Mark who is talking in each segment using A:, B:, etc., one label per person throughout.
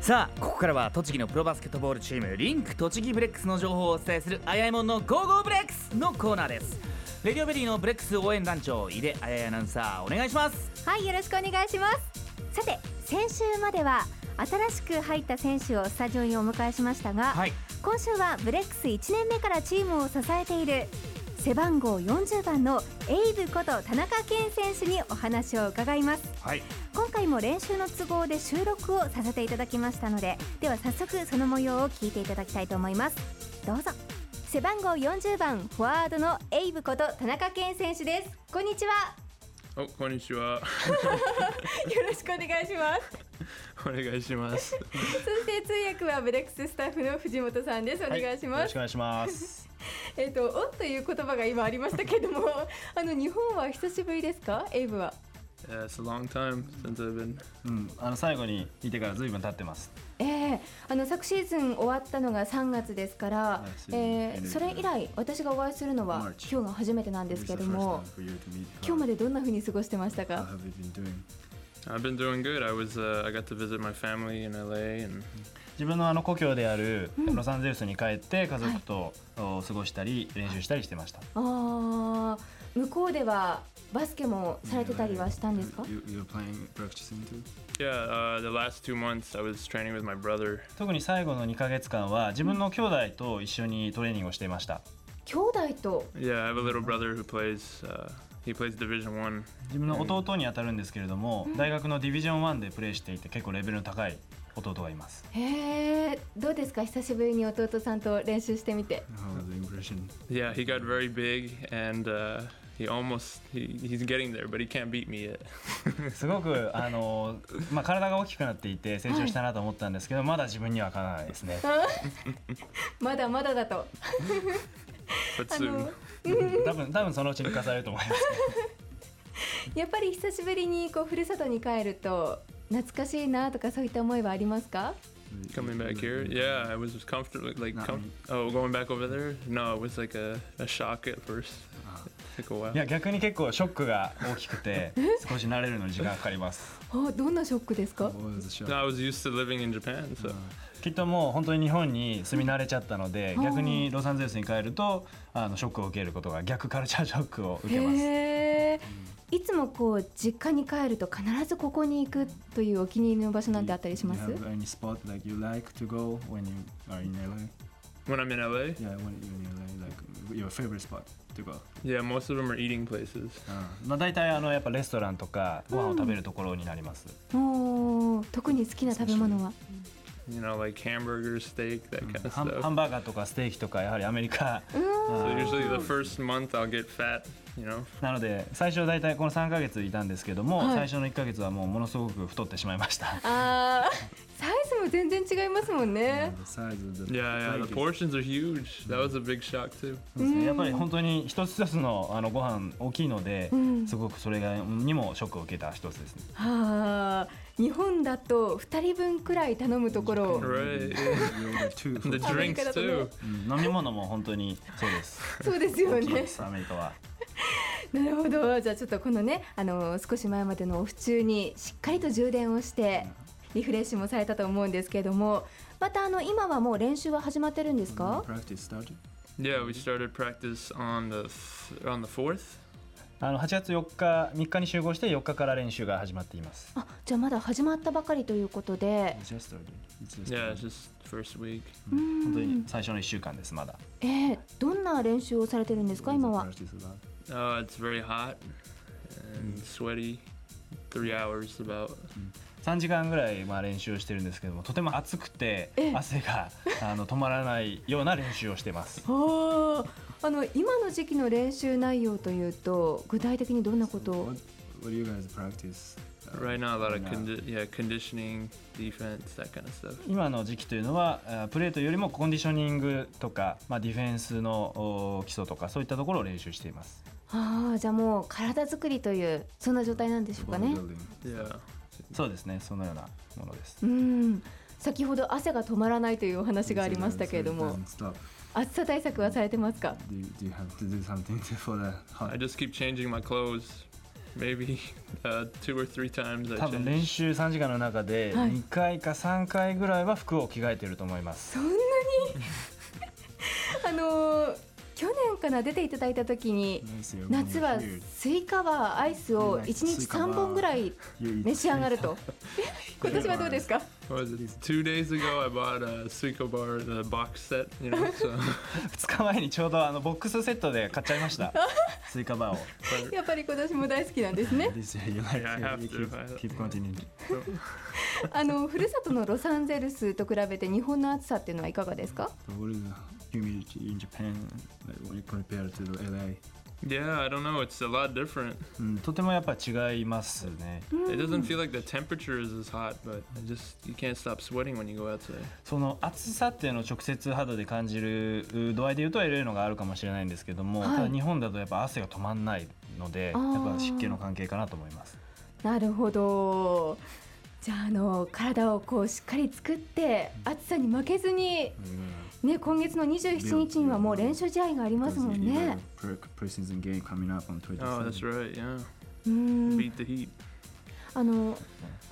A: さあここからは栃木のプロバスケットボールチームリンク栃木ブレックスの情報をお伝えするあやいもんのゴーゴーブレックスのコーナーですレディオベリーのブレックス応援団長井出あやアナウンサーお願いします
B: はいよろしくお願いしますさて先週までは新しく入った選手をスタジオにお迎えしましたが、
A: はい
B: 今週はブレックス1年目からチームを支えている背番号40番のエイブこと田中健選手にお話を伺います
A: はい
B: 今回も練習の都合で収録をさせていただきましたのででは早速その模様を聞いていただきたいと思いますどうぞ背番号40番フォワードのエイブこと田中健選手ですこんにちは
C: おこんにち は
B: よろしくお願いします
C: お願いします
B: そして通訳はブレックススタッフの藤本さんです。お願いし
D: よ
B: ま
D: ろし
B: す。
D: くお願いします。
B: えっ、とおという言葉が今ありましたけれども、 あの日本は久しぶりですか？エイブは。
C: Yeah, It's a long time since I've been
D: うん、あの最後にいてからずいぶん経ってます。
B: ええあの昨シーズン終わったのが3月ですから
D: い、シーズン
B: ええ
D: ended
B: それ以来私がお会いするのは
D: March
B: 今日が初めてなんですけれども、今日までどんな風に過ごしてましたか？
C: I've been doing good I was、uh, I got to visit my family in LA and
D: 自分のあの故郷であるロサンゼルスに帰って家族とお過ごしたり練習したりしてました。
B: ああ、向こうではバスケもされてたりはしたんですか？
C: yeah、uh, the last two months I was training with my brother
D: 特に最後の2ヶ月間は自分の兄弟と一緒にトレーニングをしていました。
B: 兄弟と
C: yeah I have a little brother who plays、uh, he plays Division One
D: 自分の弟にあたるんですけれども、大学のディビジョン1でプレーしていて結構レベルの高い弟がいます。
B: へえ、どうですか久しぶりに弟さんと練習してみて。
C: yeah he got very big and、uh, he almost he, he's getting there but he can't beat me yet
D: すごくあのまあ体が大きくなっていて成長したなと思ったんですけど、まだ自分にはかなわないですね。
B: まだまだだと。
C: but
B: あ
C: soon
B: の
D: 多分多分そのうちに重ねると思います。
B: やっぱり久しぶりにこうふるさとに帰ると懐かしいなとかそういった思いはありますか？
C: coming back here yeah I was comfortable like com- oh going back over there no it was like a, a shock at first it took a while
D: いや逆に結構ショックが大きく て少し慣れるのに時間かかります
B: あ、どんなショックですか？
C: No, I was used to living in Japan, so
D: きっともう本当に日本に住み慣れちゃったので
B: うん
D: 逆にロサンゼルスに帰るとあのショックを受けることが逆カルチャーショックを受けます
B: へえ。いつもこう実家に帰ると必ずここに行くというお気に入りの場所なんてあったりします？
C: when I'm in LA, yeah, most of them are eating places.
D: まあ大体あのやっぱレストランとかご飯を食べるところになります、
B: おお、特に好きな食べ物は？
C: You know, like hamburgers, steak, that kind of
D: ハン
C: stuff.
D: ハンバーガーとかステーキとかやはりアメリカ
C: so usually the first month I'll get fat, you know.
D: なので最初大体この3ヶ月いたんですけども、
B: はい
D: 最初の1ヶ月はもうものすごく太ってしまいました
B: ああ、サイズも全然違いますもんね。
C: Yeah, yeah, the portions are huge. That was a big shock too.
D: そうですねやっぱり本当に一つ一つのあのご飯大きいので、
B: ん
D: すごくそれがにもショックを受けた一つですね。
B: はあ、日本だと二人分くらい頼むところを
C: Right. the drinks too.
D: うん飲み物も本当にそうです。
B: そう ですよ
D: 大きい
B: ね
D: で。すアメリカは。
B: なるほど。じゃあちょっとこのね、あの少し前までのオフ中にしっかりと充電をしてリフレッシュもされたと思うんですけれども、またあの今はもう練習は始まってるんです か？
C: Yeah, we started practice on the th- on the fourth.
D: あの8月4日3日に集合して4日から練習が始まっています。
B: あ、じゃあまだ始まったばかりということで、
C: Yeah, it's just first week.
D: 本当に最初の1週間ですまだ。
B: えー、どんな練習をされてるんですか今は？
C: Uh, it's very hot and sweaty. Three hours about.
D: 3時間ぐらいまあ練習をしてるんですけどもとても暑くて汗があの止まらないような練習をしてます。
B: ああ、あの今の時期の練習内容というと具体的にどんなことを？
C: Right now, uh, a lot of condi- yeah conditioning, defense, that kind of stuff.
D: 今の時期というのはあープレーというよりもコンディショニングとか、まあ、ディフェンスのおー基礎とかそういったところを練習しています
B: ああ、じゃあもう体作りというそんな状態なんでしょうかね。
C: Yeah.
D: そうですねそのようなものです
B: うん、先ほど汗が止まらないというお話がありましたけれども、暑さ対策はされてますか？
C: I just keep changing my clothes maybe uh, two or three times.
D: 多
C: I
D: 分
C: changed.
D: 練習3時間の中で
B: はい
D: 2回か3回ぐらいは服を着替えてると思います、
B: そんなに あのー去年から出ていただいた時に夏はスイカはアイスを1日3本ぐらい召し上がると今年はどうですか
C: What was it? Two days ago, I bought a Suico bar, the box set. You know, so
D: 2日前にちょうどあのボックスセットで買っちゃいました スイカバーを
B: やっぱり今年も大好きなんですね
E: This year you like
C: Yeah, I have
E: you
C: to. I-
E: keep, keep continuing.
B: あのふるさとのロサンゼルスと比べて日本の暑さっていうのはいかがですか
E: So what is the humidity in Japan like when you compare to the LA?
C: yeah, I don't know. It's a lot different.
D: うんとてもやっぱ違いますね
C: It doesn't feel like the temperature is as hot, but I just you can't stop sweating when you go outside.
D: その暑さっていうのを直接肌で感じるう度合いで言うと LA のがあるかもしれないんですけども、
B: はい
D: ただ日本だとやっぱ汗が止まんないのでやっ
B: あー
D: ぱ湿気の関係かなと思います
B: なるほどじゃああの体をこうしっかり作って暑さに負けずに、ね、今月の27日にはもう練習試合がありますもん
E: you have
B: ね。
E: a pre- pre-season game coming up on 27.
C: Oh, that's right. Yeah,
B: うん、
C: beat the heat.
B: あの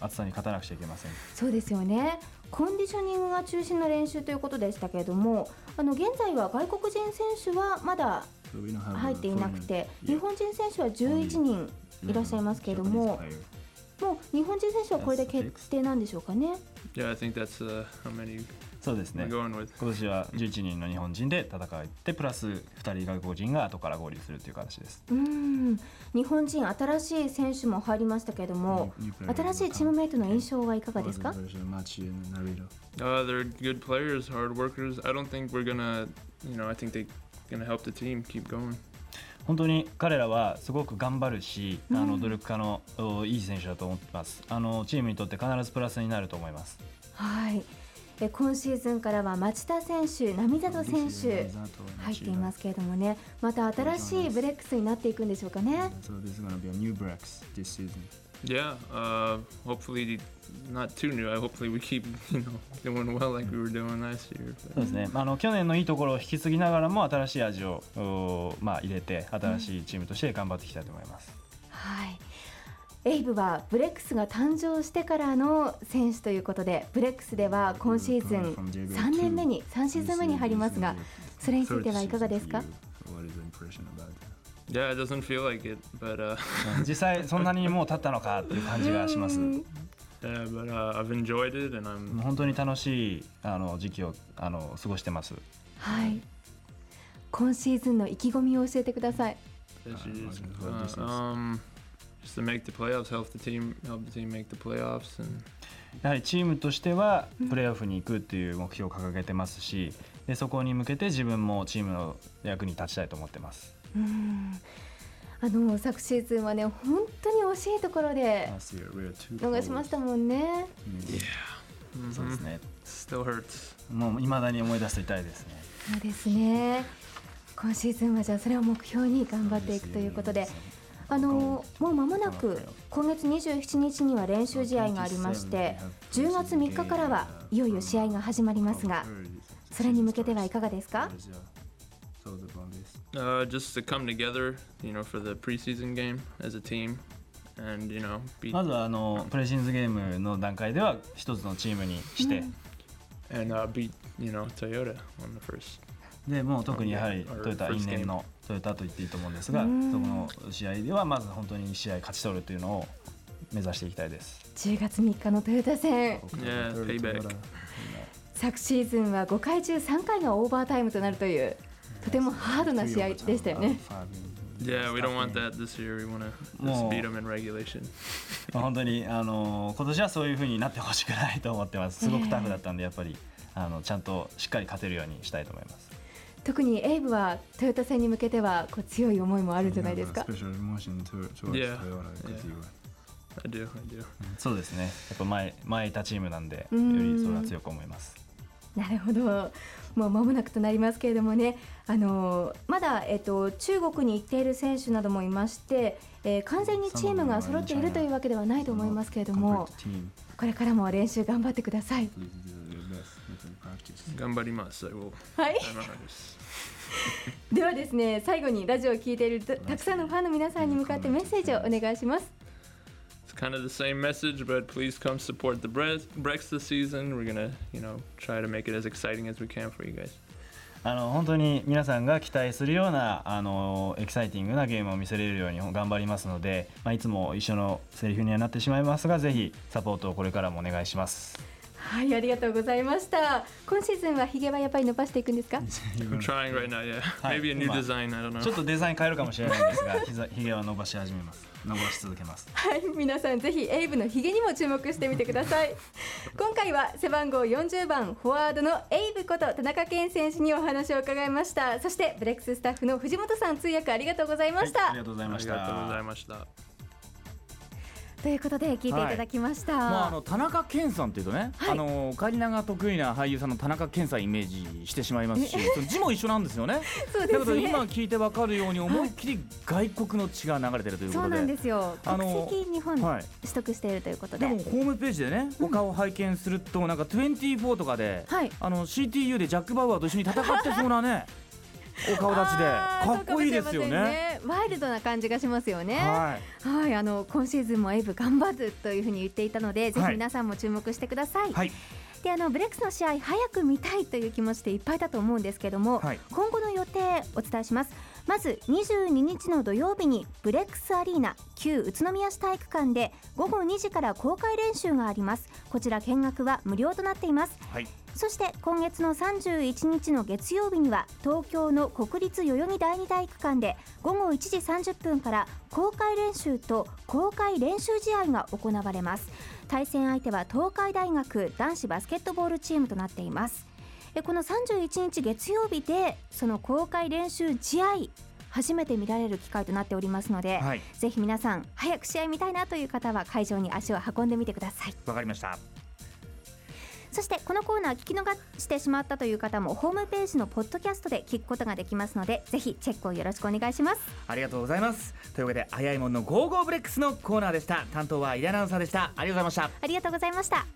D: 暑さに勝たなくちゃいけません
B: そうですよねコンディショニングが中心の練習ということでしたけれどもあの現在は外国人選手はまだ
E: So we don't have
B: 入っていなくて日本人選手は11人いらっしゃいますけれども
E: Japanese player.
B: もう日本人選手はこれで決定なんでしょうかね
C: Yeah, I think that's uh, how many
D: そうです
C: we're
D: ね
C: going with.
D: 今年は11人の日本人で戦ってプラス2人外国人が後から合流するという形です
B: うん日本人新しい選手も入りましたけれども
E: New- new player
B: 新しいチームメイトの印象はいかが
E: What
B: で
E: was
B: す
E: the
B: か
E: version? Machi and Narita.
C: Uh, they're good players, hard workers. I don't think we're gonna, you know, I think they gonna help the team keep going.
D: 本当に彼らはすごく頑張るし、あ
B: う
D: の
B: ん
D: 努力家のおいい選手だと思ってますあのチームにとって必ずプラスになると思います
B: はいえ今シーズンからは町田選手並里選
E: This year,
B: 手
E: Mizato
B: 入
E: and Machida.
B: っていますけれどもねまた新しいブレックスになっていくんでしょうかね
E: So this is gonna be a new Brex this season.
C: Yeah, uh, hopefully not too new. I hopefully we keep, you know, doing well like we were doing last year.
D: そうですね、あの去年のいいところを引き継ぎながらも新しい味を、おまあ、入れて新しいチームとして頑張っていきたいと思います、
B: はいエイブはブレックスが誕生してからの選手ということでブレックスでは今シーズン3年目に3シーズン目に入りますがそれについてはいかがですか
E: What is the impression about that?
C: Yeah, it doesn't feel like it, but uh,
D: 実際そんなにもう経ったのかっていう感じがしますも
C: yeah, but uh, I've enjoyed it, and
D: う
C: I'm
D: 本当に楽しいあの時期をあの過ごしてます
B: はい今シーズンの意気込みを教えてください
C: uh, um just to make the playoffs, help the team, help the team make the playoffs, and
D: やはりチームとしてはプレーオフに行くっていう目標を掲げてますしでそこに向けて自分もチームの役に立ちたいと思ってます
B: うんあの昨シーズンはね本当に惜しいところで
E: Last year we were two
B: 逃しましたもんね
E: Yeah.
D: そうですね
C: still hurts.
D: もう未だに思い出すと痛いですね
B: そうですね今シーズンはじゃあそれを目標に頑張っていくということであのもう間もなく今月27日には練習試合がありまして10月3日からはいよいよ試合が始まりますがそれに向けてはいかがですか
E: So the bond is-
C: Uh, just to come together, you know, for the preseason game as a team, and you know, beat
D: まずはあのプレシンズゲームの段階では一つのチームにして、
C: and uh, beat you know Toyota on the first.
D: でもう特にやはり
C: Okay.
D: トヨタ
C: Our first
D: 因縁のトヨタと言っていいと思うんですが
B: う
D: そ
B: ん
D: の試合ではまず本当に試合勝ち取るというのを目指していきたいです
B: 10月3日のトヨタ戦
C: Yeah, payback.
B: 昨シーズンは5回中3回がオーバータイムとなるというとてもハードな試合でしたよね
C: Yeah, we don't want that this year. We want to just
D: Well-
C: beat them in regulation.
D: まあ本当にあの今年はそういう風になってほしくないと思ってますすごくタフだったんでやっぱりあのちゃんとしっかり勝てるようにしたいと思います
B: 特にエイブはトヨタ戦に向けてはこう強い思いもあるんじゃないですか
E: Special emotion to- towards
C: Yeah.
E: Toyota because
C: Yeah.
E: you were-
C: I do, I do.
D: そうですねやっぱ前前いたチームなんでよ
B: うん
D: りそれは強く思います
B: なるほどもう間もなくとなりますけれどもねあのまだ、えっと、中国に行っている選手などもいまして、えー完全にチームが揃っているというわけではないと思いますけれども
E: Complete team.
B: これからも練習頑張ってください。
E: Please do your best. Make them practice.
C: Gambarimasu. I will.
B: はい
C: I don't know, just-
B: ではですね最後にラジオを聞いているたたくさんのファンの皆さんに向かってメッセージをお願いします
C: It's kind of the same message, but please come support the Brex Brex this season. We're gonna, you know, try to make it as exciting as we can for you guys.
D: あの本当に皆さんが期待するようなあのエキサイティングなゲームを見せれるように頑張りますので、まあ、いつも一緒のセリフにはなってしまいますがぜひサポートをこれからもお願いします
B: はいありがとうございました今シーズンはヒゲはやっぱり伸ばしていくんですか
C: I'm trying right now, yeah.
D: Hi,
C: Maybe a new
D: Uma.
C: design, I don't
D: ちょっ
C: know.
D: とデザイン変えるかもしれないんですがひざひげは伸ばし始めます伸ばし続けます
B: はい皆さんぜひエイブのヒゲにも注目してみてくだ さい今回は背番号40番フォワードのエイブこと田中健選手にお話を伺いましたそしてブレックススタッフの藤本さん通訳ありがとうございました、
D: はいありがとうございました
C: ありがとうございました。
B: ということで聞いていただきました、
A: まあ、あの田中健さんっていうとね、
B: はい
A: あのオカリナが得意な俳優さんの田中健さんイメージしてしまいますしその字も一緒なんです よね。
B: そう
A: という
B: で
A: こ
B: す
A: とで
B: ね
A: 今聞いてわかるように思いっきり外国の血が流れてるというこ
B: そう
A: とで。
B: なんですよ
A: あ
B: 国
A: の
B: 籍日本
A: は
B: 取
A: い
B: 得しているということで、
A: でもホームページでね他を拝見するとなんか24とかで、
B: はい
A: あの CTU でジャック・バウアーと一緒に戦ってそうな ねお顔立ちで
B: あー
A: かっこいいですよ
B: そうかもしれ
A: ね。
B: ませんワイルドな感じがしますよねは
A: はい
B: い、あの今シーズンもエイブ頑張るというふうに言っていたのでぜひ
A: はい
B: 皆さんも注目してください、
A: はい
B: であのブレックスの試合早く見たいという気持ちでいっぱいだと思うんですけども、
A: はい
B: 今後の予定お伝えしますまず22日の土曜日にブレックスアリーナ旧宇都宮市体育館で午後2時から公開練習がありますこちら見学は無料となっています
A: はい
B: そして今月の31日の月曜日には東京の国立代々木第二体育館で午後1時30分から公開練習と公開練習試合が行われます対戦相手は東海大学男子バスケットボールチームとなっていますえこの31日月曜日でその公開練習試合初めて見られる機会となっておりますので、
A: はい
B: ぜひ皆さん早く試合見たいなという方は会場に足を運んでみてください
A: わかりました。
B: そしてこのコーナー聞き逃してしまったという方もホームページのポッドキャストで聞くことができますのでぜひチェックをよろしくお願いします
A: ありがとうございます。というわけで、早いもんのゴーゴーブレックスのコーナーでした。担当はイラナウンサーでした。ありがとうございました。
B: ありがとうございました